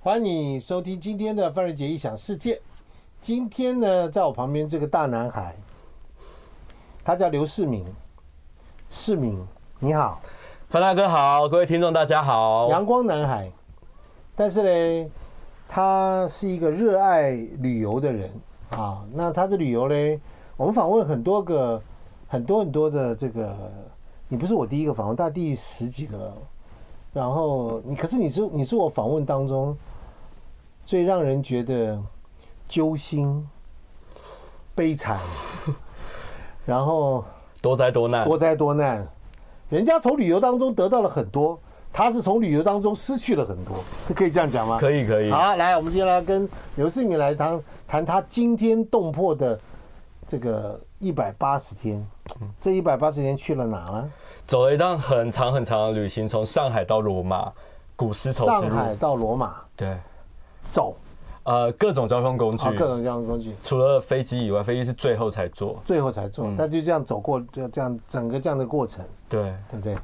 欢迎收听今天的范瑞杰异想世界。今天呢，在我旁边这个大男孩，他叫刘世明。世明，你好，范大哥好，各位听众大家好。阳光男孩。但是呢，他是一个热爱旅游的人啊。那他的旅游呢，我们访问很多个、很多很多的这个，你不是我第一个访问，大概第十几个。然后你，可是你是你是我访问当中最让人觉得揪心、悲惨，然后多灾多难， 多灾多难。人家从旅游当中得到了很多，他是从旅游当中失去了很多，可以这样讲吗？可以可以。好，来，我们接下来跟刘世明来谈谈他惊天动魄的这个一百八十天，嗯这一百八十天去了哪了？走了一趟很长很长的旅行，从上海到罗马，古丝绸上之路。海到罗马对，走，呃，各种交通工具啊，，各种交通工具，除了飞机以外，飞机是最后才坐。最后才嗯做，他就这样走过，就这样整个这样的过程，对，对不对？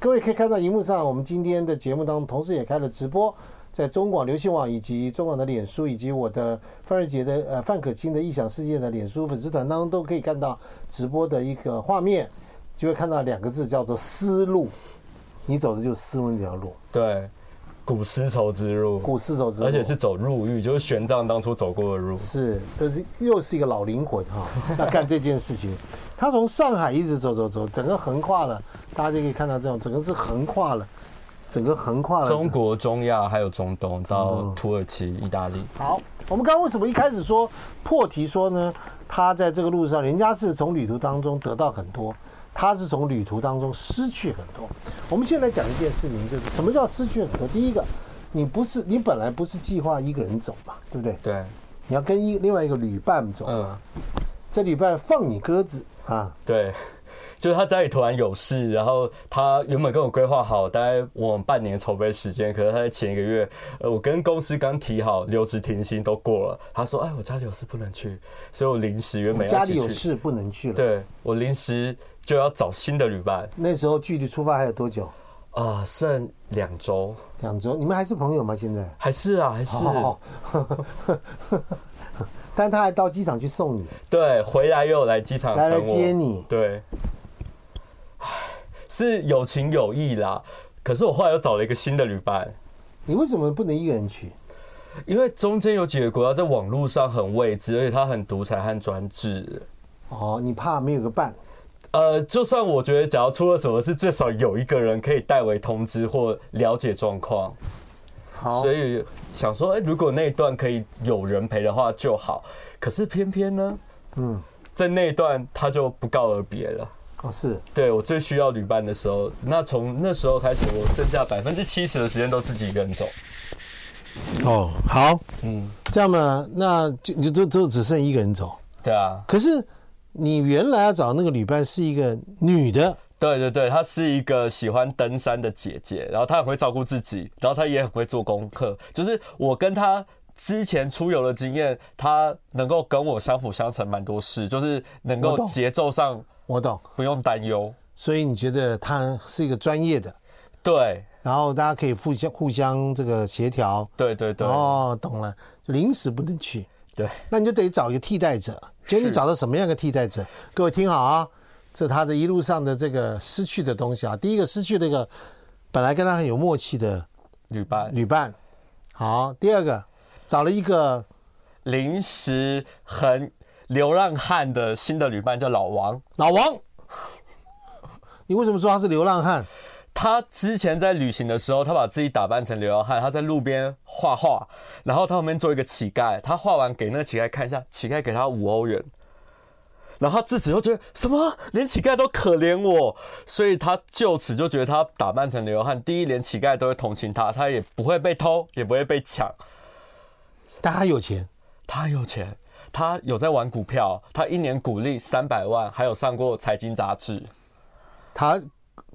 各位可以看到荧幕上，我们今天的节目当中，同时也开了直播，在中广流行网以及中广的脸书，以及我的范瑞杰的呃范可清的异想世界的脸书粉丝团当中，都可以看到直播的一个画面，就会看到两个字叫做“思路”，你走的就是丝路那条路，对，古丝绸之路，古丝绸之路，而且是走入狱，就是玄奘当初走过的路。是，都是又是一个老灵魂 哈、那干这件事情，他从上海一直走走走，整个横跨了，大家就可以看到这种，整个是横跨了，整个横跨了中。国、中亚还有中东到东土耳其、意大利，好，我们刚刚为什么一开始说破题说呢？他在这个路上，人家是从旅途当中得到很多，他是从旅途当中失去很多。我们现在讲一件事情，就是什么叫失去很多？第一个，你不是你本来不是计划一个人走嘛，对不对？对，你要跟一另外一个旅伴走，嗯，这旅伴放你鸽子啊，对， 就是他家里突然有事，然后他原本跟我规划好大概我们半年筹备时间，可是他在前一个月，呃，我跟公司刚提好留职停薪都过了，他说，哎，我家里有事不能去，所以我临时原本要家一起里有去，事不能去了。，对我临时就要找新的旅伴那时候距离出发还有多久？啊、剩两周，两周。你们还是朋友吗？现在？还是啊，还是、哦， 但他还到机场去送你，对，回来又来机场来来等我接你。对，唉，是有情有义啦。可是我后来又找了一个新的旅伴，你为什么不能一个人去？因为中间有几个国家在网络上很未知，而且它很独裁和专制。哦，你怕没有个伴，呃，就算我觉得，假如出了什么事，至少有一个人可以代为通知或了解状况。好所以想说，哎、如果那一段可以有人陪的话就好。可是偏偏呢，嗯，在那一段他就不告而别了。哦是，对我最需要旅伴的时候，那从那时候开始，我剩下百分之七十的时间都自己一个人走。哦好，嗯，这样嘛，那就你就就只剩一个人走。对啊，可是你原来要找那个旅伴是一个女的，对对对，她是一个喜欢登山的姐姐，然后她很会照顾自己，然后她也很会做功课。就是我跟她之前出游的经验，她能够跟我相辅相成蛮多事，就是能我够懂节奏上我懂，不用担忧。所以你觉得她是一个专业的，对然后大家可以互相互相这个协调。对对对，哦，懂了，就临时不能去，对那你就得找一个替代者。就你找到什么样的替代者？各位听好啊，这他的一路上的这个失去的东西啊，第一个失去那个本来跟他很有默契的旅伴旅伴，好，第二个找了一个临时很流浪汉的新的旅伴叫老王。老王。你为什么说他是流浪汉？他之前在旅行的时候，他把自己打扮成流浪汉，他在路边画画，然后他旁边做一个乞丐，他画完给那个乞丐看一下，乞丐给他五欧元，然后他自己就觉得什么连乞丐都可怜我，所以他就此就觉得他打扮成流浪汉，第一连乞丐都会同情他，他也不会被偷，也不会被抢，但他有钱，他有钱，他有在玩股票，他一年股利三百万，还有上过财经杂志，他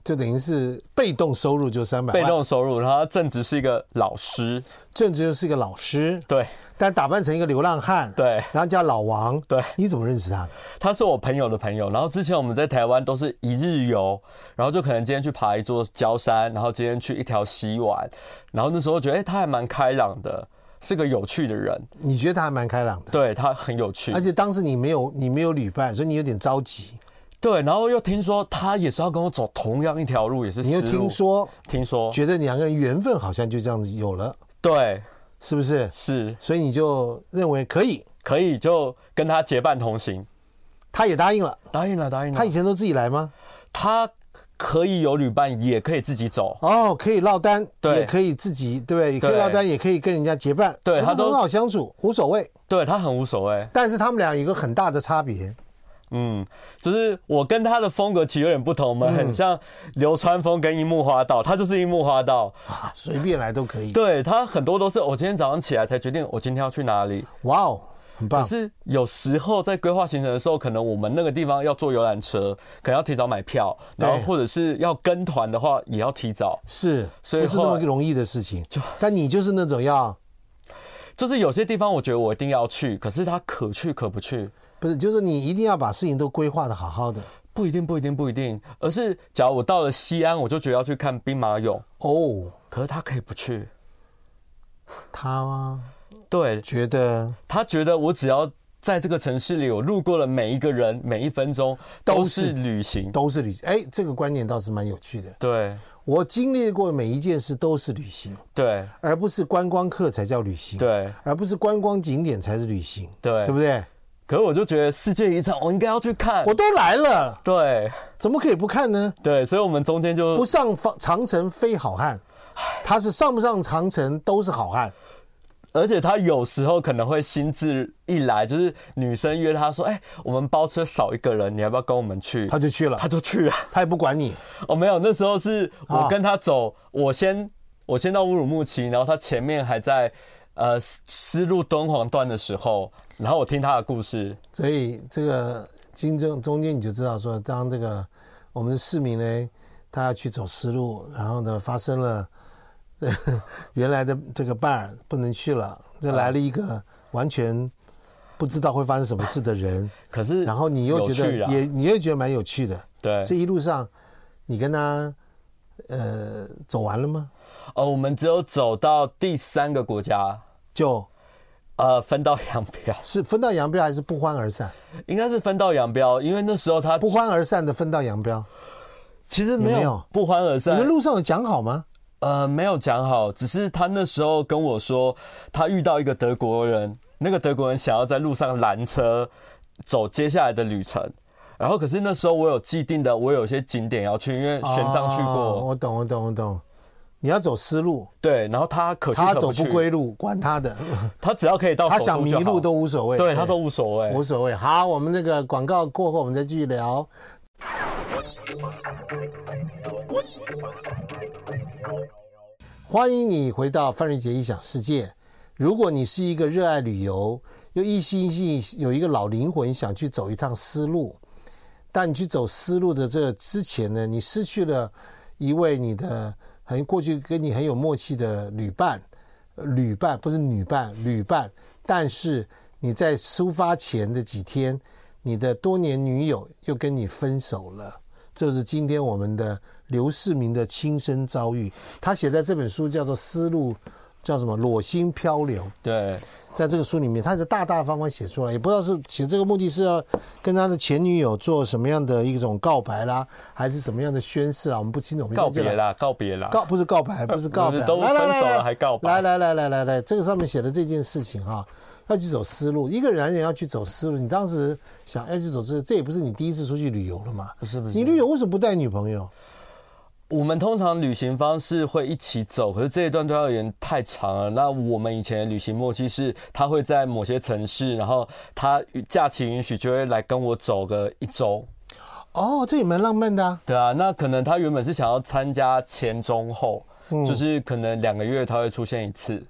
就等于是被动收入就三百被万，动收入，然后他正职是一个老 师，正职就是一个老师，对但打扮成一个流浪汉，，对然后叫老王，对，你怎么认识他的？他是我朋友的朋友。然后之前我们在台湾都是一日游，然后就可能今天去爬一座礁山，然后今天去一条溪玩，然后那时候觉得哎、他还蛮开朗的，是个有趣的人，你觉得他还蛮开朗的，对他很有趣而，且当时你没有你没有旅伴，所以你有点着急，对。然后又听说他也是要跟我走同样一条路，也是啊你又丝路听说，听说，觉得两个人缘分好像就这样子有了，对，是不是？是所以你就认为可以，可以就跟他结伴同行，他也答应了。答应了，答应了他以。前都自己来吗？嗯他可以有旅伴，也可以自己走。哦，可以落单，对也可以自己，对不对？也可以对落单，也可以跟人家结伴，对他他都都很好相处，无所谓。对他很无所谓，但是他们俩有一个很大的差别，嗯，就是我跟他的风格其实有点不同，我们很像流川枫跟樱木花道，他就是樱木花道，啊随便来都可以。对他很多都是哦我今天早上起来才决定我今天要去哪里，哇哦，很可棒。是有时候在规划行程的时候，可能我们那个地方要坐游览车，可能要提早买票，对然后或者是要跟团的话也要提早，是，所以不是那后么来容易的事情。但你就是那种要，就是有些地方我觉得我一定要去，可是他可去可不去，不是，就是你一定要把事情都规划的好好的。不一定，不一定，不一定，而是假如我到了西安，我就觉得要去看兵马俑，哦，可是他可以不去，他啊对觉得他觉得我只要在这个城市里，我路过了每一个人，每一分钟都都是是旅行，都是旅行，哎，这个观念倒是蛮有趣的。对我经历过每一件事都是旅行，对而不是观光客才叫旅行，，对而不是观光景点才是旅行，对对不对？可是我就觉得世界遗产我应该要去看我，都来了，对怎么可以不看呢？对，所以我们中间不就上访长城非好汉，他是上不上长城都是好汉。而且他有时候可能会心智一来，就是女生约他说：“哎、我们包车少一个人，你要不要跟我们去？”他就去了他，就去了。他也不管你。 哦，没有，那时候是啊我跟他走，我先我先到乌鲁木齐，然后他前面还在呃丝丝路敦煌段的时候，然后我听他的故事，所以这个经中中间你就知道说，当这个我们的市民呢，他要去走丝路，然后呢发生了 这原来的这个伴儿不能去了，这来了一个完全不知道会发生什么事的人，可是然后你又觉有趣得啊也你又觉得蛮有趣的。对这一路上你跟他呃走完了吗？哦，我们只有走到第三个国家，就呃，分道扬镳， 是分道扬镳还是不欢而散？应该是分道扬镳，因为那时候他不欢而散的分道扬镳。其实没也没有有不欢而你散们，路上有讲好吗？呃，没有讲好，只是他那时候跟我说，他遇到一个德国人，那个德国人想要在路上拦车走接下来的旅程。然后，可是那时候我有既定的，我有些景点要去，因为玄奘去过，哦我懂，我懂，我懂。你要走丝路，对。然后他可去他可走去哦不归路，管他的，他只要可以到他首想都迷就好路都无所谓。对他都无所谓无。所谓。好，我们那个广告过后，我们再继续聊。欢迎你回到范瑞杰异想世界。如果你是一个热爱旅游，又一心一意有一个老灵魂，想去走一趟丝路，但你去走丝路的这之前呢，你失去了一位你的很过去跟你很有默契的旅伴，呃旅伴不是女伴，旅伴。但是你在出发前的几天，你的多年女友又跟你分手了。这是今天我们的刘世民的亲身遭遇，他写在这本书叫做《丝路》，叫什么《裸心漂流》。对，在这个书里面，他是大大方方写出来，也不知道是写这个目的是要跟他的前女友做什么样的一种告白啦，还是什么样的宣誓啊？我们不清楚。我们告现在别就来啦，告别啦。告不是告 白，不是告白，都来来分手来了来还告来白来来来来来，这个上面写的这件事情哈、要去走思路，一个人要去走思路，你当时想要去走思路，这也不是你第一次出去旅游了嘛？不是不是你旅游为什么不带女朋友？我们通常旅行方式会一起走，可是这一段对他而言太长了。那我们以前的旅行默契是，他会在某些城市，然后他假期允许就会来跟我走个一周。哦，这也蛮浪漫的啊。对啊，那可能他原本是想要参加前中后，嗯就是可能两个月他会出现一次。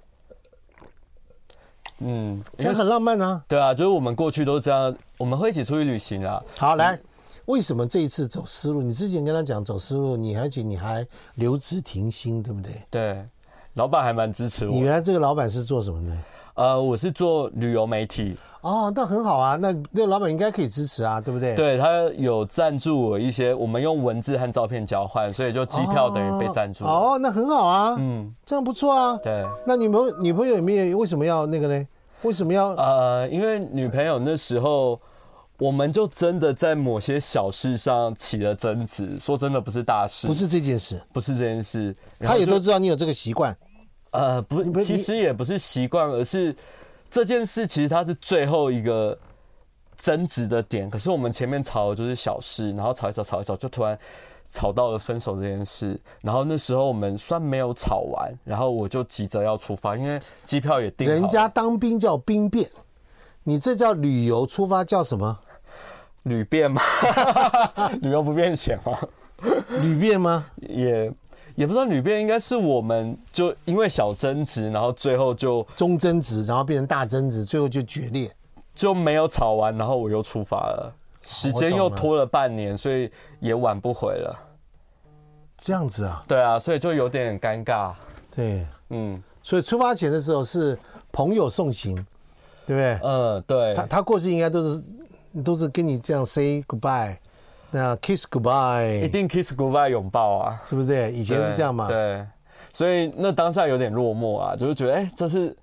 嗯，这样很浪漫啊！对啊，就是我们过去都是这样，我们会一起出去旅行啊。好，来，为什么这一次走思路？你之前跟他讲走思路，你而且你还留职停薪，对不对？对，老板还蛮支持你我。原来这个老板是做什么的？呃，我是做旅游媒体，哦，那很好啊，那那老板应该可以支持啊，对不对？，对他有赞助我一些，我们用文字和照片交换，所以就机票等于被赞助。哦，那很好啊，嗯，这样不错啊。对。那你们女朋友有没有为什么要那个呢？为什么要？呃，因为女朋友那时候，我们就真的在某些小事上起了争执。说真的，不是大事，不是这件事，不是这件事。然他后也就都知道你有这个习惯。呃，不不是，是你其实也不是习惯，而是这件事其实它是最后一个争执的点。可是我们前面吵的就是小事，然后吵一吵，吵一吵，就突然吵到了分手这件事。然后那时候我们算没有吵完，然后我就急着要出发，因为机票也订好了，人家当兵叫兵变，你这叫旅游出发叫什么？旅变嘛，旅游不变险嘛，旅变吗？ 也。也不知道旅变应该是我们就因为小争执，然后最后就中争执，然后变成大争执，最后就决裂。就没有吵完，然后我又出发了，时间又拖了半年，所以也晚不回了。这样子啊，对啊，所以就有点尴尬。对。嗯所以出发前的时候是朋友送行，对不对？嗯，对他他过去应该都是都是跟你这样 say goodbye，那 kiss 一 goodbye，定 kiss goodbye 拥抱啊，是不是？哎以前是这样嘛？哎对。对所以那当下有点落寞啊，就是觉得哎、这是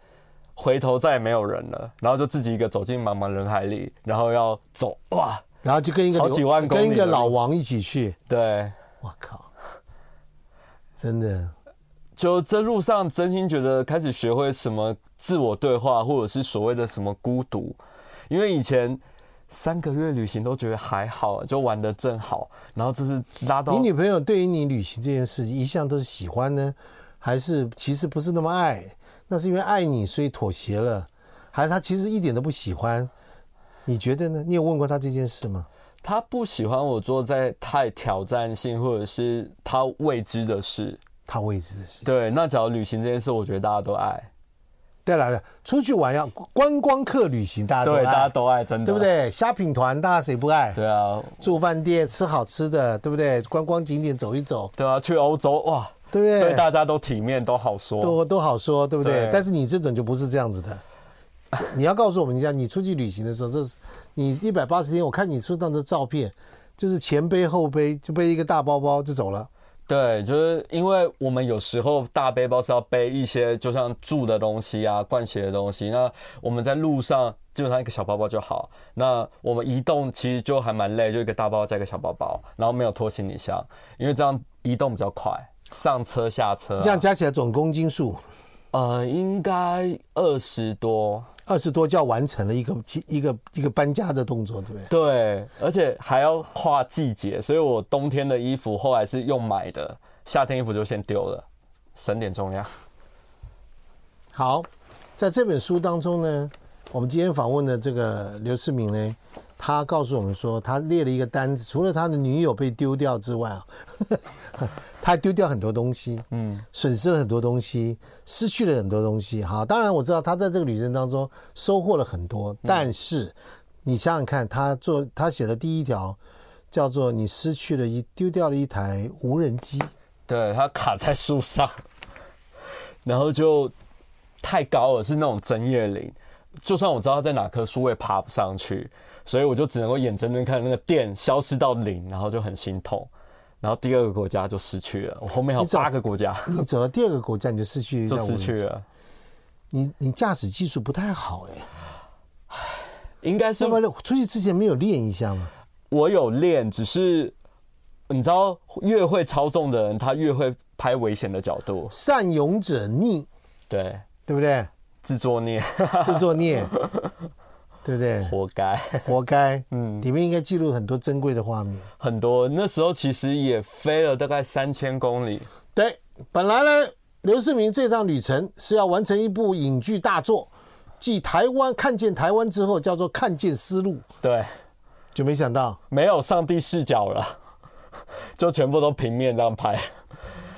回头再也没有人了，然后就自己一个走进茫茫人海里，然后要走哇，然后就跟一个好流几万公里跟一个的老路王一起去，对，我靠，真的就这路上，真心觉得开始学会什么自我对话，或者是所谓的什么孤独，因为以前三个月旅行都觉得还好，就玩的正好，然后这是拉到你女朋友对于你旅行这件事情，一向都是喜欢呢，还是其实不是那么爱？那是因为爱你，所以妥协了，还是她其实一点都不喜欢？你觉得呢？你有问过她这件事吗？他不喜欢我做在太挑战性或者是他未知的事。她未知的事情。对，那假如旅行这件事，我觉得大家都爱，对了，对了出去玩要观光客旅行，大家都对，大家爱，都爱，真的，对不？对？虾品团大家谁不爱？对啊，住饭店吃好吃的，对不对？观光景点走一走，对啊，去欧洲哇，对不对？对大家都体面，都好说。都都好说，对不对？对但是你这种就不是这样子的，你要告诉我们一下，你出去旅行的时候，这是你一百八十天，我看你出那张的照片，就是前背后背就背一个大包包就走了，对，就是因为我们有时候大背包是要背一些，就像住的东西啊、灌洗的东西。那我们在路上基本上一个小包包就好。那我们移动其实就还蛮累，就一个大包加一个小包包，然后没有拖行李箱，因为这样移动比较快，上车下车啊、这样加起来总公斤数呃，应该二十多，二十多，就要完成了一个一个一个搬家的动作，对不对？对，而且还要跨季节，所以我冬天的衣服后来是用买的，夏天衣服就先丢了，省点重量。好，在这本书当中呢，我们今天访问的这个刘世明呢，他告诉我们说，他列了一个单子，除了他的女友被丢掉之外啊， 他还丢掉很多东西，嗯，损失了很多东西，失去了很多东西。好，当然我知道他在这个旅程当中收获了很嗯多，但是你想想看，他做他写的第一条叫做“你失去了一丢掉了一台无人 机”，对，它卡在树上， 然后就太高了，是那种针叶林。就算我知道它在哪棵树，我也爬不上去，所以我就只能够眼睁睁看那个电消失到零，然后就很心痛。然后第二个国家就失去了，我后面还有你找八个国家你走到第二个国家你就失去了一就台无失人去机，了，你你驾驶技术不太好哎、应该是要不然出去之前没有练一下吗？我有练，只是你知道，越会操纵的人，他越会拍危险的角度，善勇者逆，对，对不 对？自作孽，自作孽，对不 对？活该。活该。嗯，里面应该记录很多珍贵的画面。很多那时候其实也飞了大概三千公里，对，本来呢，刘世明这趟旅程是要完成一部影剧大作，继台湾看见台湾之后，叫做看见丝路，对，就没想到没有上帝视角了， 就全部都平面这样拍。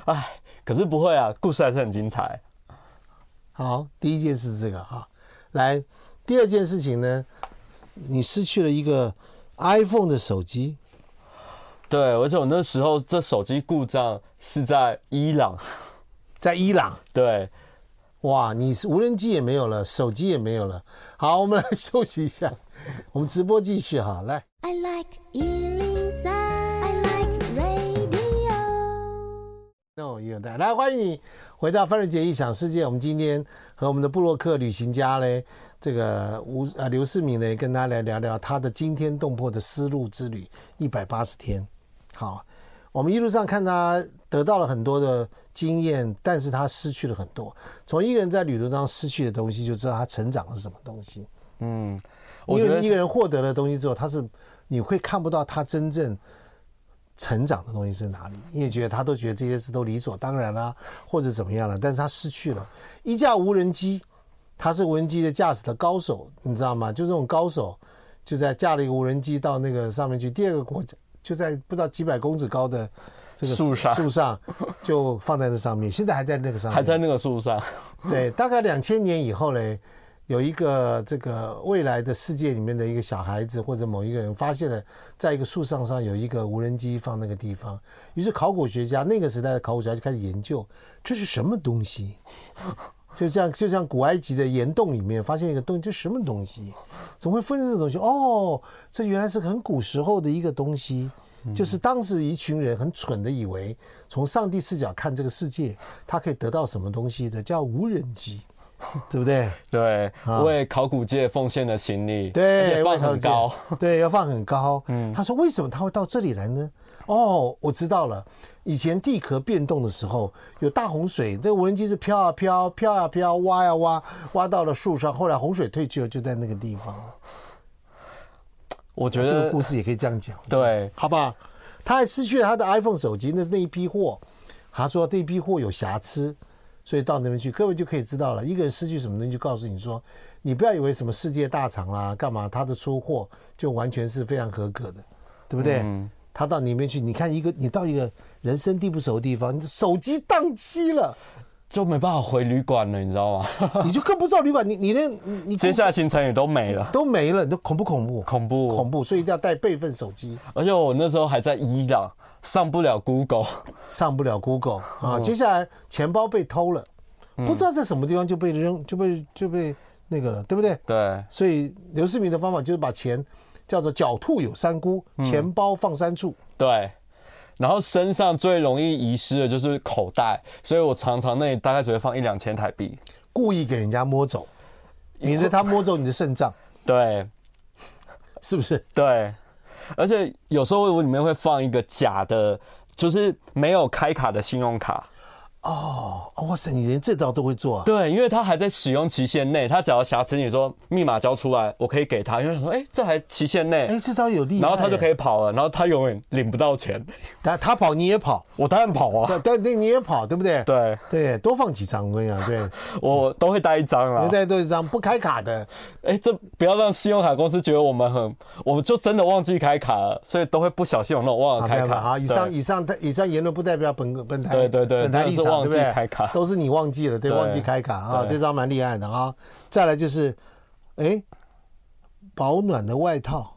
哎，可是不会啊，故事还是很精彩。好，第一件事这个哈，来，第二件事情呢，你失去了一个 iPhone 的手机，对，而且我那时候这手机故障是在伊朗，在伊朗，对，哇，你是无人机也没有了，手机也没有了。好，我们来休息一下，我们直播继续哈，来。 I like Ealing Sound. I like radio. No, you d 来欢迎你回到范瑞杰异想世界。我们今天和我们的布洛克旅行家嘞，这个吴呃刘世明嘞，跟他来聊聊他的惊天动魄的丝路之旅，一百八十天。好，我们一路上看他得到了很多的经验，但是他失去了很多。从一个人在旅途当中失去的东西，就知道他成长的是什么东西。嗯我因觉为一得个人获得了东西之后，他是你会看不到他真正成长的东西是哪里，你也觉得他都觉得这些事都理所当然啦、或者怎么样了，但是他失去了一架无人机，他是无人机的驾驶的高手，你知道吗？就这种高手，就在架了一个无人机到那个上面去，第二个国家就在不知道几百公尺高的这个树上树上就放在那上面，现在还在那个上面，还在那个树上，对，大概两千年以后嘞，有一个这个未来的世界里面的一个小孩子或者某一个人发现了，在一个树上上有一个无人机放那个地方，于是考古学家那个时代的考古学家就开始研究这是什么东西。就像就像古埃及的岩洞里面发现一个东西，这什么东西？怎么会分这个东西？哦，这原来是个很古时候的一个东西，就是当时一群人很蠢的以为，从上帝视角看这个世界，他可以得到什么东西的，叫无人机，对不对？对，为考古界奉献了行李，啊而对，且放很高，外嗯头见，对，要放很 高。他说为什么他会到这里来呢？哦，我知道了，以前地壳变动的时候有大洪水，这个无人机是飘啊飘，飘啊飘，挖呀、挖，挖到了树上，后来洪水退去了，就在那个地方了。啊我觉这个得故事也可以这样讲，对，好不好？他还失去了他的 iPhone 手机，那是那一批货。他说这一批货有瑕疵，所以到那边去，各位就可以知道了。一个人失去什么东西，就告诉你说，你不要以为什么世界大厂啦，干嘛他的出货就完全是非常合格的，对不对？他到里面去，你看一个，你到一个人生地不熟的地方，你的手机宕机了，就没办法回旅馆了，你知道吗？ 你就更不知道旅馆，你你那你你接下来行程也都没了，都没了，你都恐不恐怖？恐怖，哦恐怖，所以一定要带备份手机。而且我那时候还在伊朗，上不了 Google，上不了 Google 啊，哦接下来钱包被偷了，嗯不知道在什么地方就被扔，就被就被那个了，对不对？对，所以刘世明的方法就是把钱叫做“狡兔有三窟”，嗯钱包放三处。对，然后身上最容易遗失的就是口袋，所以我常常那里大概只会放一两千台币。故意给人家摸走，免得他摸走你的肾脏，对是不是？对，而且有时候我里面会放一个假的，就是没有开卡的信用卡。哦，哇塞，你连这招都会做啊！对，因为它还在使用期限内，它只要瑕疵，你说密码交出来，我可以给他，因为想说，哎、这还期限内哎，，这招有厉害。然后他就可以，以跑了，然后他永远领不到钱。他他跑你也跑，我当然跑啊，对对对，你也跑，对不对？对对，多放几张，我跟你讲，对，我都会带一张啦因为。带多一张不开卡的，哎、这不要让信用卡公司觉得我们很，我们就真的忘记开卡了，所以都会不小心有那种忘好，啊了没开有卡。好，以对上以上以上言论不代表本本台对对对本台立真的是场，对忘不记对？开卡都是你忘记了，对，对忘记开卡啊，对这招蛮厉害的啊。再来就是，哎，保暖的外套，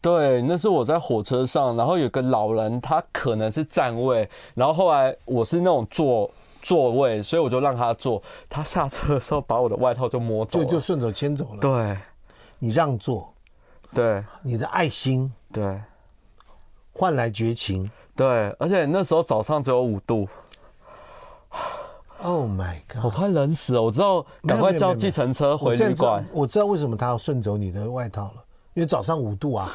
对，那是我在火车上，然后有个老人，他可能是站位，然后后来我是那种坐座位，所以我就让他坐。他下车的时候把我的外套就摸走就了，就顺手牵走了。对你让座，对你的爱心对换来绝情。对，而且那时候早上只有五度， Oh my 我 god！快冷死了。我知道，赶快叫计程车我回这旅样知道馆。，我知道为什么他要顺走你的外套了，因为早上五度啊，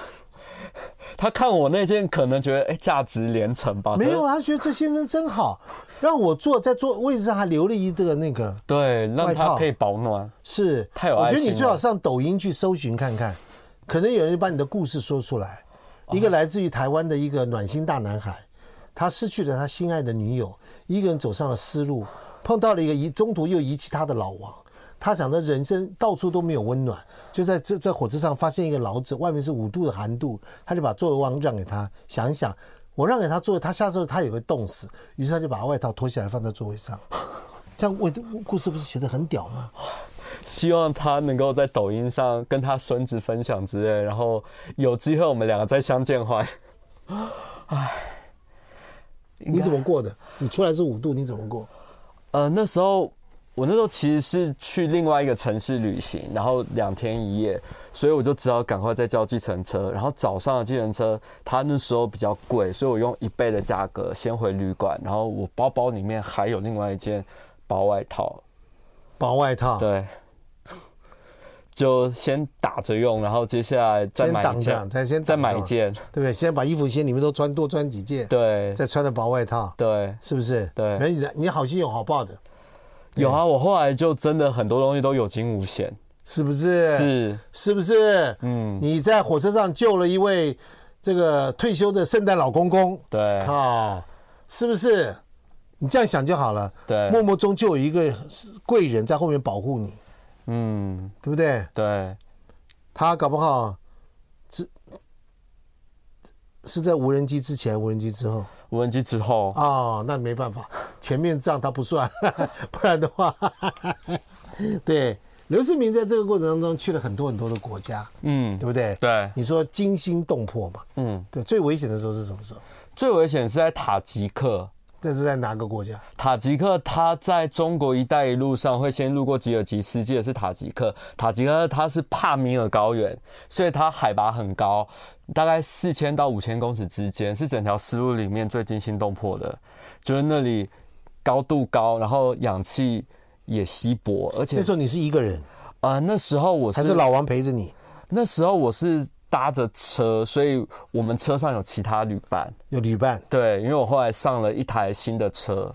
他看我那件，可能觉得哎价值连城吧，没有啊，啊，他觉得这先生真好，让我坐在坐位置上还留了一个那个。对，让外他套可以保暖。是，太有我爱觉得你心最好了上抖音去搜寻看看，可能有人把你的故事说出来。哦一个来自于台湾的一个暖心大男孩，他失去了他心爱的女友，一个人走上了丝路，碰到了一个遗中途又遗弃他的老王。他想着人生到处都没有温暖，就在这在火车上发现一个老者，外面是五度的寒度，他就把座位让让给他。想一想，我让给他座位，他下车他也会冻死，于是他就把外套脱下来放在座位上。这样我的故事不是写的很屌吗？希望他能够在抖音上跟他孙子分享之类，然后有机会我们两个再相见欢。你怎么过的？你出来是五度，你怎么过？呃，那时候我那时候其实是去另外一个城市旅行，然后两天一夜，所以我就只好赶快再叫计程车。然后早上的计程车，它那时候比较贵，所以我用一倍的价格先回旅馆。然后我包包里面还有另外一件薄外套，薄外套，对， 就先打着用，然后接下来再先买一挡件着，，再先再挡着买一，件，对不对？先把衣服先里面都穿多穿几件，对再穿着薄外套，对。是不是？对没你的，你好心有好报的，有啊，我后来就真的很多东西都有惊无险，是不是？，是，是不是？嗯，你在火车上救了一位这个退休的圣诞老公公，对靠，是不是？你这样想就好了，对，默默中就有一个贵人在后面保护你，嗯，对不对？对，他搞不好是是在无人机之前，无人机之后无人机之后，哦，那没办 法，前面账他不算， 不然的话， 对，刘世明在这个过程当中去了很多很多的国家，嗯对，不对？对，你说惊心动魄嘛？嗯，对，最危险的时候是什么时候？最危险是在塔吉克。这是在哪个国家？塔吉克，它在中国“一带一路”上会先路过吉尔吉斯，记得是塔吉克。塔吉克它是帕米尔高原，所以它海拔很高，大概四千到五千公尺之间，是整条丝路里面最惊心动魄的。就是那里高度高，然后氧气也稀薄，而且那时候你是一个人，呃那时候我还是老王陪着你？那时候我是搭着车，所以我们车上有其他旅伴。有旅伴？对，因为我后来上了一台新的车，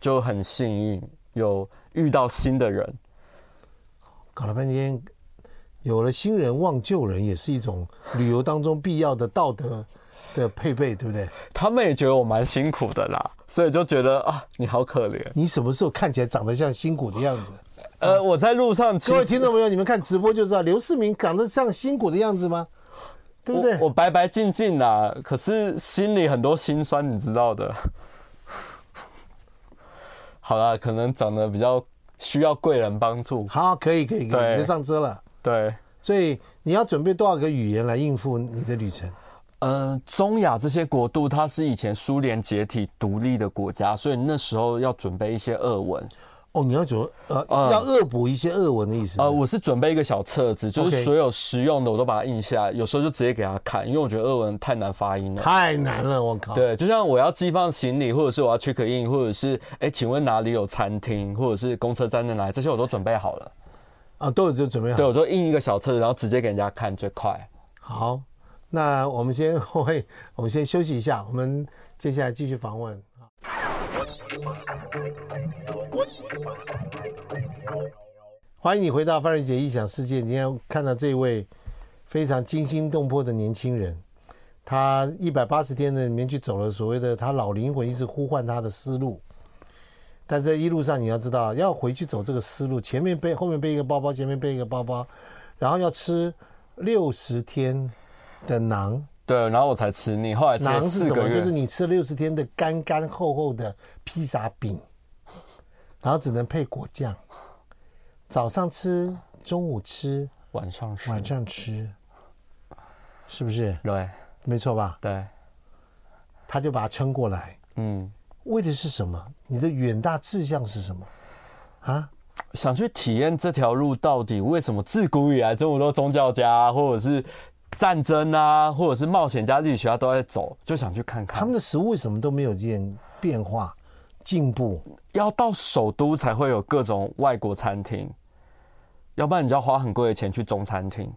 就很幸运有遇到新的人。搞了半天，有了新人忘旧人，也是一种旅游当中必要的道德的配备，对不对？他们也觉得我蛮辛苦的啦，所以就觉得啊，你好可怜。你什么时候看起来长得像辛苦的样子？呃，我在路上其实，各位听众朋友，你们看直播就知道，刘世明长得像辛苦的样子吗？对不对？我我白白净净啦，可是心里很多心酸，你知道的。 好啦，可能长得比较需要贵人帮助。好，可以，可以，可以，对你就上车了。对，所以你要准备多少个语言来应付你的旅程？呃，中亚这些国度，它是以前苏联解体独立的国家，所以那时候要准备一些俄文。哦，你要准呃，嗯要恶补一些俄文的意思。呃，我是准备一个小册子，就是 OK 所有实用的我都把它印下来，有时候就直接给他看，因为我觉得俄文太难发音了。太难了，我靠！对，就像我要寄放行李，或者是我要 check in，或者是哎、诶请问哪里有餐厅，或者是公车站在哪里，这些我都准备好了。啊，都有这准备好对，。我就印一个小册子，然后直接给人家看，最快。好，那我们先 会，我们先休息一下，我们接下来继续访问。欢迎你回到范瑞杰异想世界。今天看到这位非常惊心动魄的年轻人，他一百八十天的里面去走了所谓的他老灵魂一直呼唤他的思路，但这一路上你要知道，要回去走这个思路，前面背后面背一个包包，前面背一个包包，然后要吃六十天的馕，对，然后我才吃腻，后来吃了馕是四什个么？月。就是你吃六十天的干干厚厚的披萨饼，然后只能配果酱，早上吃，中午吃，晚上是。晚上吃，是不是？对没错吧？对，他就把它撑过来，嗯，为的是什么？你的远大志向是什么？啊？想去体验这条路到底为什么自古以来这么多宗教家、或者是战争啊，或者是冒险家、历史学家都在走，就想去看看。他们的食物为什么都没有变变化、进步？要到首都才会有各种外国餐厅，要不然你就要花很贵的钱去中餐厅。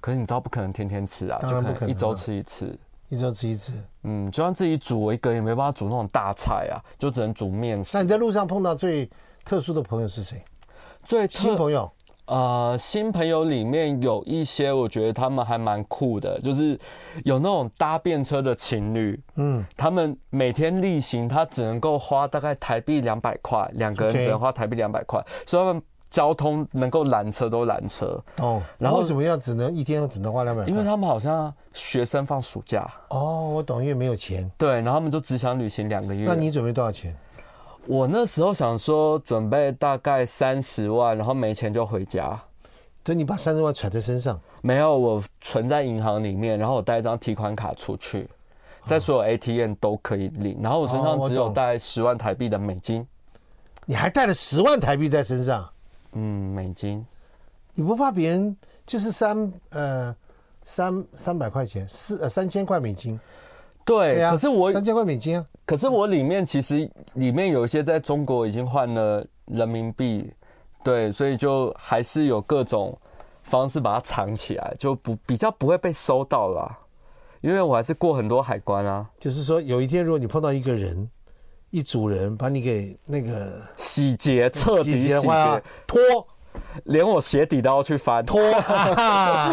可是你知道不可能天天吃啊，就当然不可一能啊周吃一次。一周吃一次。嗯，就算自己煮，我一个也没办法煮那种大菜啊，就只能煮面那食你。在路上碰到最特殊的朋友是谁？最新特朋友呃，新朋友里面有一些，我觉得他们还蛮酷的，就是有那种搭便车的情侣，嗯，他们每天例行，他只能够花大概台币两百块，两个人 OK 只能花台币两百块，所以他们交通能够拦车都拦车，哦，然后为什么要只能一天只能花两百？因为他们好像学生放暑假，哦，我懂，因为没有钱。对，然后他们就只想旅行两个月。那你准备多少钱？我那时候想说准备大概三十万，然后没钱就回家。所以你把三十万揣在身上，没有，我存在银行里面，然后我带一张提款卡出去，在所有 ATM 都可以领。然后我身啊哦上我只有懂大概十万台币的美金，你还带了十万台币在身上，嗯，美金你不怕别人就是三呃三三百块钱四呃三千块美金？对。对啊，哎可是我三千块美金啊，可是我里面其实里面有一些在中国已经换了人民币，对，所以就还是有各种方式把它藏起来，就不比较不会被收到啦。因为我还是过很多海关啊，就是说有一天如果你碰到一个人。一组人把你给那个洗劫彻底洗洗劫的话劫，脱连我鞋底都要去翻。脱，哈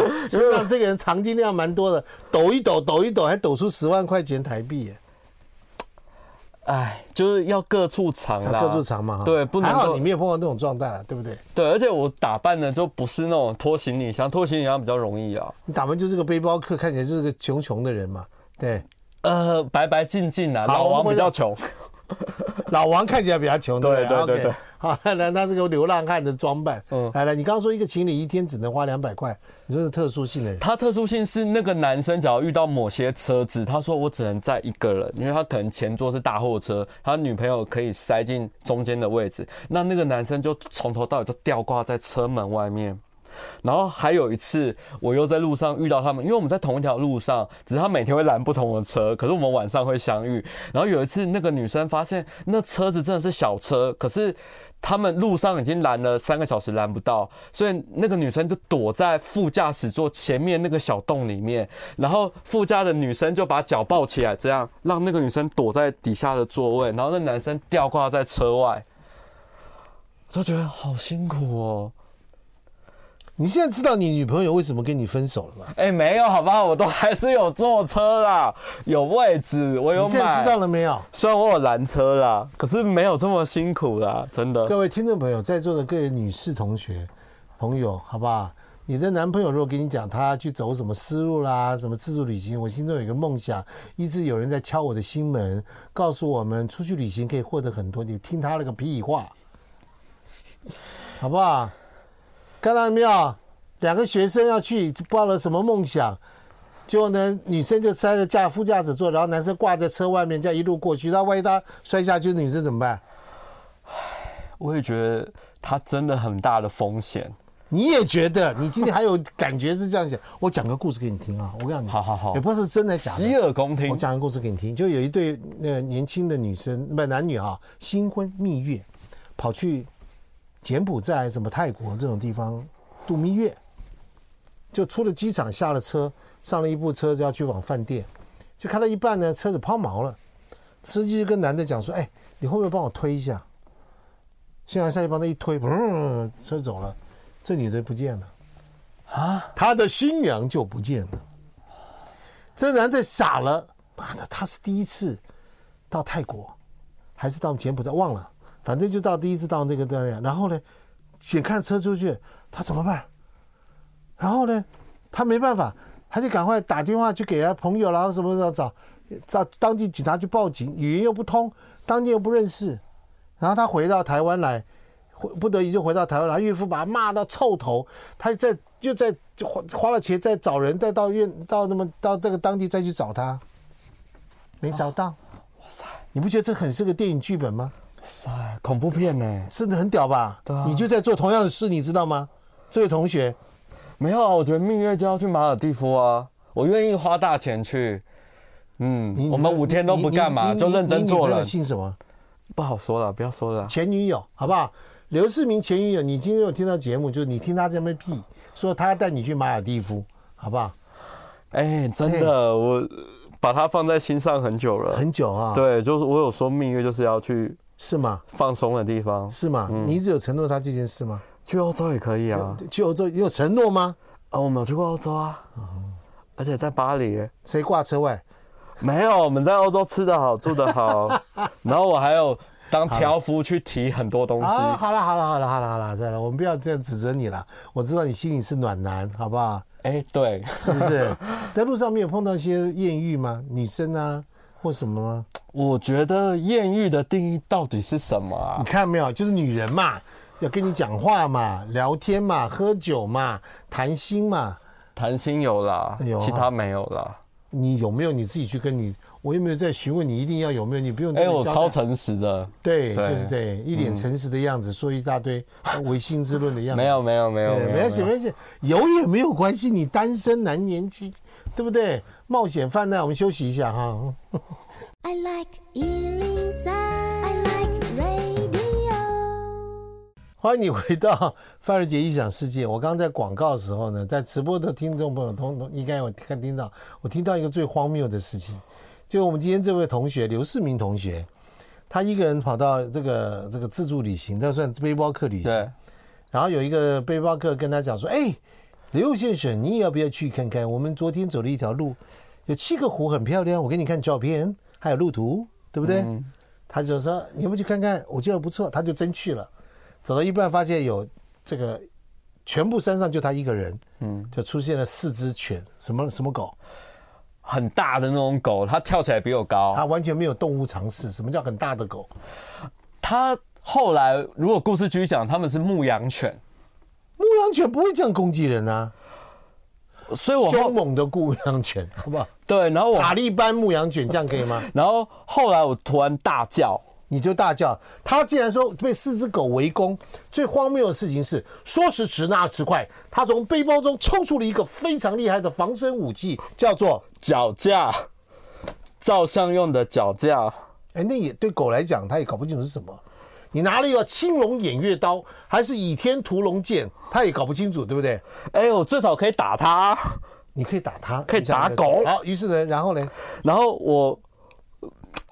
哈 身上这个人藏金量蛮多的，抖一抖，抖一抖，还抖出十万块钱台币啊耶，哎，就是要各处藏才啦，各处藏嘛哈。对，不能还好够你没有碰到这种状态了，对不对？对，而且我打扮的就不是那种拖行李箱，拖行李箱比较容易啊。你打扮就是个背包客，看起来就是个穷穷的人嘛。 对，呃，白白净净啊，好老我们王回比较到穷。老王看起来比较穷，对不对对对 OK 对好，那他是个流浪汉的装扮。嗯来来，你刚刚说一个情侣一天只能花两百块，你说是特殊性的人，他特殊性是那个男生，只要遇到某些车子，他说我只能载一个人，因为他可能前座是大货车，他女朋友可以塞进中间的位置，那那个男生就从头到尾都吊挂在车门外面。然后还有一次，我又在路上遇到他们，因为我们在同一条路上，只是他每天会拦不同的车，可是我们晚上会相遇。然后有一次，那个女生发现那车子真的是小车，可是他们路上已经拦了三个小时，拦不到，所以那个女生就躲在副驾驶座前面那个小洞里面，然后副驾的女生就把脚抱起来，这样让那个女生躲在底下的座位，然后那男生吊挂在车外，就觉得好辛苦哦。你现在知道你女朋友为什么跟你分手了吗？哎、没有，好不好？我都还是有坐车啦，有位置，我有你现在买。知道了没有？虽然我有拦车啦，可是没有这么辛苦啦，真的。各位听众朋友，在座的各位女士同学、朋友，好不好？你的男朋友如果跟你讲他去走什么丝路啦，什么自助旅行，我心中有一个梦想，一直有人在敲我的心门，告诉我们出去旅行可以获得很多，你听他那个屁话，好不好？看到没有？两个学生要去抱了什么梦想？结果呢，女生就塞着驾副驾驶座，然后男生挂在车外面，这样一路过去。那万一他摔下去，女生怎么办？我也觉得它真的很大的风险。你也觉得，你今天还有感觉是这样想。我讲个故事给你听啊，我告诉你，好好好也不知道是真的假洗的。耳恭听我。讲个故事给你听，就有一对呃年轻的女生，不男女啊，新婚蜜月，跑去柬埔寨什么泰国这种地方度蜜月，就出了机场，下了车，上了一部车就要去往饭店，就开到一半呢，车子抛锚了，司机就跟男的讲说：“哎，你会不会帮我推一下？”现在下去帮他一推，嗯，车走了，这女的不见了啊，他的新娘就不见了。这男的傻了，妈的，他是第一次到泰国，还是到柬埔寨忘了，反正就到第一次到那个地方。然后呢，眼看车出去，他怎么办？然后呢，他没办法，他就赶快打电话去给他朋友，然后什么的找找当地警察去报警，语言又不通，当地又不认识，然后他回到台湾来，回不得已就回到台湾来，岳父把他骂到臭头，他在又在就花花了钱再找人，再到院到那么到这个当地再去找他，没找到。你不觉得这很是个电影剧本吗？哎，恐怖片呢、真的很屌吧？对啊你就在做同样的事，你知道吗？这位同学，没有啊，我觉得蜜月就要去马尔蒂夫啊，我愿意花大钱去。你嗯，我们五天都不干嘛，就认真做了。了你。姓什么？不好说了，不要说了啊。前女友，好不好？刘世明前女友，你今天有听到节目，就是你听他这么屁，说他要带你去马尔蒂夫，好不好？哎、真的，我把它放在心上 很久了。很久啊，，对，就是我有说蜜月就是要去是吗？放松的地方，是吗？嗯你一直有承诺他这件事吗？去欧洲也可以啊。去欧洲你有承诺吗？啊，我们有去过欧洲啊，嗯而且在巴黎耶。谁挂车外？没有，我们在欧洲吃的好，住的好，然后我还有当挑夫去提很多东西。啊，好了好了好了好了好了，再了，我们不要这样指责你了。我知道你心里是暖男，好不好？哎、对，是不 是？在路上没有碰到一些艳遇吗？女生啊，或什么吗？我觉得艳遇的定义到底是什么啊你？看没有，就是女人嘛，要跟你讲话嘛，聊天嘛，喝酒嘛，谈心嘛。谈心有啦，有啊其他没有啦。你有没有你自己去跟你，我又没有在询问你一定要有没有，你不用哎、跟我交超代诚实的，对，对嗯就是对，一脸诚实的样子，说一大堆唯心之论的样子。没有没有没有，嗯对，没关系，没关系，有也没有关系。你单身男年轻，对不对？冒险犯难，我们休息一下哈。 I like Ealing Sound. I like radio. 欢迎你回到范儿杰异想世界。我刚刚在广告的时候呢，在直播的听众朋友通通应该有看听到，我听到一个最荒谬的事情，就我们今天这位同学刘世明同学，他一个人跑到这个这个自助旅行，他算背包客旅行，对，然后有一个背包客跟他讲说：“哎，刘先生，你要不要去看看？我们昨天走了一条路，有七个湖，很漂亮。我给你看照片，还有路图，对不对？”嗯他就说：“你要不要去看看？我觉得不错。”他就真去了。走到一半，发现有这个全部山上就他一个人，嗯，就出现了四只犬，什么什么狗，很大的那种狗，它跳起来比我高，他完全没有动物常识。什么叫很大的狗？他后来如果故事继续讲，他们是牧羊犬，牧羊犬不会这样攻击人啊！所以我凶后猛的牧羊犬，好不好？对，然后我塔利班牧羊犬这样可以吗？然后后来我突然大叫，你就大叫。他竟然说被四只狗围攻，最荒谬的事情是，说时迟那时快，他从背包中抽出了一个非常厉害的防身武器，叫做……脚架，照相用的脚架，哎，那也对狗来讲，它也搞不清楚是什么。你拿了一个青龙偃月刀，还是倚天屠龙剑，它也搞不清楚，对不对？哎、我最少可以打它，你可以打它，可以你想打狗好，于是呢，然后呢，然后我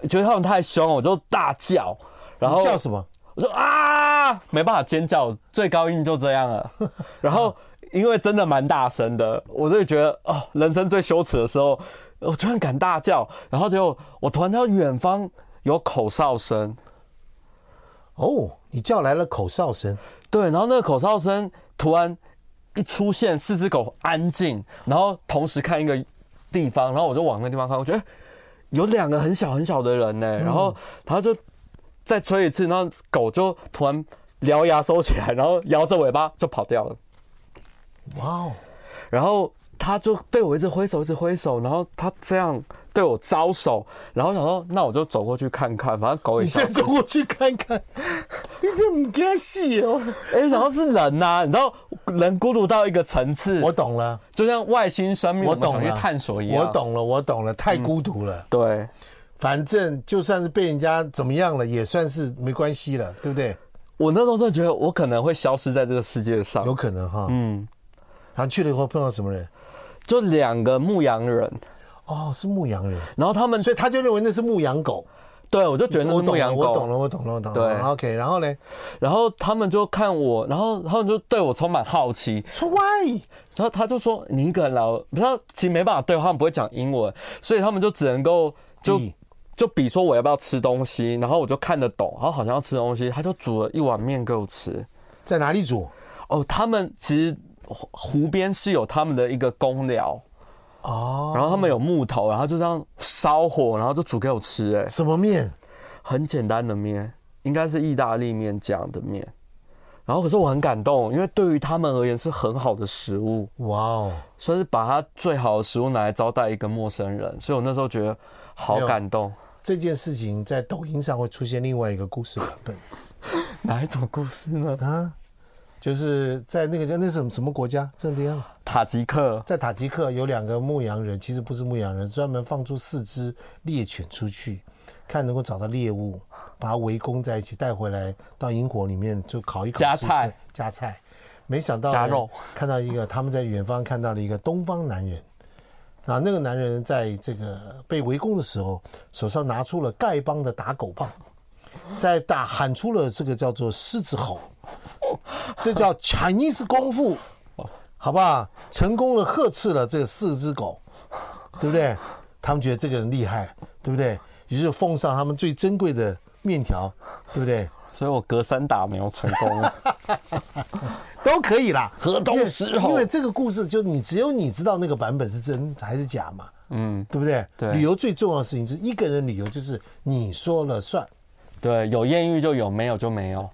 呃觉得他们太凶，我就大叫，然后你叫什么？我说啊，没办法尖叫，最高音就这样了。然后因为真的蛮大声的，我就觉得哦，人生最羞耻的时候，我居然敢大叫。然后结果我突然听到远方有口哨声，哦，你叫来了口哨声，对，然后那个口哨声突然一出现，四只狗安静，然后同时看一个地方，然后我就往那地方看，我觉得哎有两个很小很小的人呢、然后他就再吹一次，然后狗就突然獠牙收起来，然后摇着尾巴就跑掉了，哇哦！然后他就对我一直挥手，一直挥手，然后他这样对我招手，然后我想说那我就走过去看看，反正 狗也 你小再，走过去看看，你这不给戏哦！哎、想到是人呐、你知道人孤独到一个层次，我懂了。就像外星生命我我们懂想了，去探索一样。嗯我，懂了，我懂了，太孤独了。对，反正就算是被人家怎么样了，也算是没关系了，对不对？我那时候真的觉得我可能会消失在这个世界上有。可能哈。嗯。然后去了以后碰到什么人？就两个牧羊人，哦，是牧羊人，然后他们所以他就认为那是牧羊狗。对我就觉得嗯那我懂是牧了，羊我懂狗，了，我懂了，我懂了。对 OK，然后呢？然后他们就看我，然后他们就对我充满好奇，说 why？然后他就说你一个人来，我不知道其实没办法对话，他们不会讲英文，所以他们就只能够就咦就比说我要不要吃东西，然后我就看得懂，然后好像要吃东西，他就煮了一碗面给我吃。在哪里煮？哦，他们其实湖湖边是有他们的一个公寮，哦，然后他们有木头，然后就这样烧火，然后就煮给我吃、哎，什么面？很简单的面，应该是意大利面这样的面。然后可是我很感动，因为对于他们而言是很好的食物，哇哦，算是把他最好的食物拿来招待一个陌生人，所以我那时候觉得好感动。这件事情在抖音上会出现另外一个故事版本。 哪一种故事呢？啊，就是在那个那是什么什么国家？正这样，塔吉克，在塔吉克有两个牧羊人，其实不是牧羊人，专门放出四只猎犬出去，看能够找到猎物，把它围攻在一起，带回来到营火里面就烤一烤，加吃吃菜加菜。没想到呢加肉，看到一个 他们在远方看到了一个东方男人。啊，那个男人在这个被围攻的时候，手上拿出了丐帮的打狗棒，在大喊出了这个叫做狮子吼，这叫 Chinese 功夫，好不好？成功了，呵斥了这个四只狗，对不对？他们觉得这个人厉害，对不对？于是奉上他们最珍贵的面条，对不对？所以我隔山打牛成功 了。都可以啦，河东哦狮吼因为这个故事就你只有你知道那个版本是真还是假嘛，嗯，对不对？对旅游最重要的事情就是一个人旅游就是你说了算，对，有艳遇就有，没有就没有。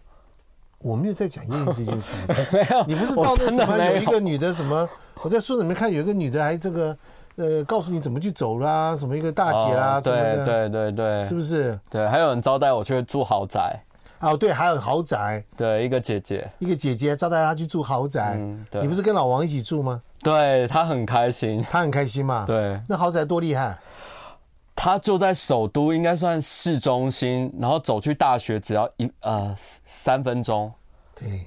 我没有在讲艳遇这件事情。没有，你不是 哎我到那真什的么没有一个女的什么？我在书里面看有一个女的还这个呃，告诉你怎么去走啦，什么一个大姐啦，哦什么对的，对对对，是不是？对，还有人招待我去住豪宅，哦，对，还有豪宅，对，一个姐姐，一个姐姐招待她去住豪宅，嗯对哎你不是跟老王一起住吗？对她很开心，她很开心嘛。，对，那豪宅多厉害，她就在首都，应该算市中心，然后走去大学只要一呃三分钟，对，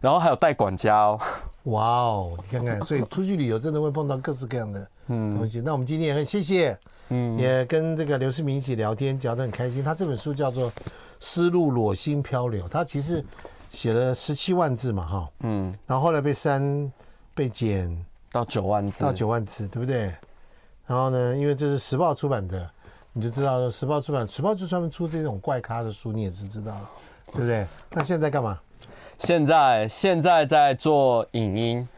然后还有带管家哦，哇哦，你看看，所以出去旅游真的会碰到各式各样的东西。那我们今天也很谢谢，嗯也跟这个刘世明一起聊天，聊得很开心。他这本书叫做《丝路裸心漂流》，他其实写了十七万字嘛，哈，嗯，然后后来被删被剪，到九万字，到九万字，对不对？然后呢，因为这是时报出版的，你就知道时报出版，时报就专门出这种怪咖的书，你也是知道的，对不对？那现在干嘛？现在现在在做影音，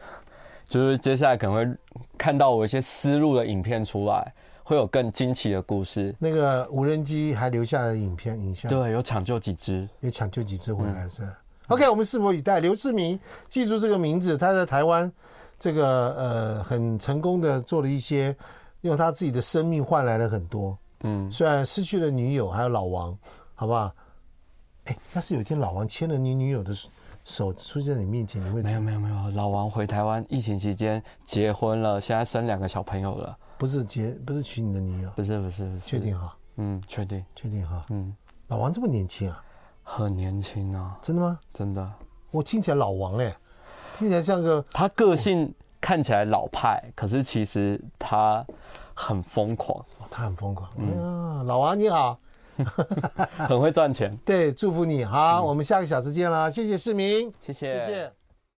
就是接下来可能会看到我一些思路的影片出来，会有更惊奇的故事。那个无人机还留下了影片影像，对，有抢救几只，也抢救几只回来是嗯吧。OK，我们拭目以待。刘世明，记住这个名字，他在台湾这个呃很成功的做了一些，用他自己的生命换来了很多。嗯，虽然失去了女友，还有老王，好不好？哎，要是有一天老王牵了你女友的手手出现在你面前，你会没怎有样？没有没有，老王回台湾疫情期间结婚了，现在生两个小朋友了，不是结，不是娶你的女友，不是不是不是，确定，哈？嗯，确定，确定哈？嗯，老王这么年轻啊？很年轻啊，真的吗？真的，我听起来老王哎、听起来像个他个性看起来老派，可是其实他很疯狂，哦他很疯狂。嗯、老王你好，很会赚钱，啊对，祝福你。好，我们下个小时见啦，谢谢市民，谢谢谢。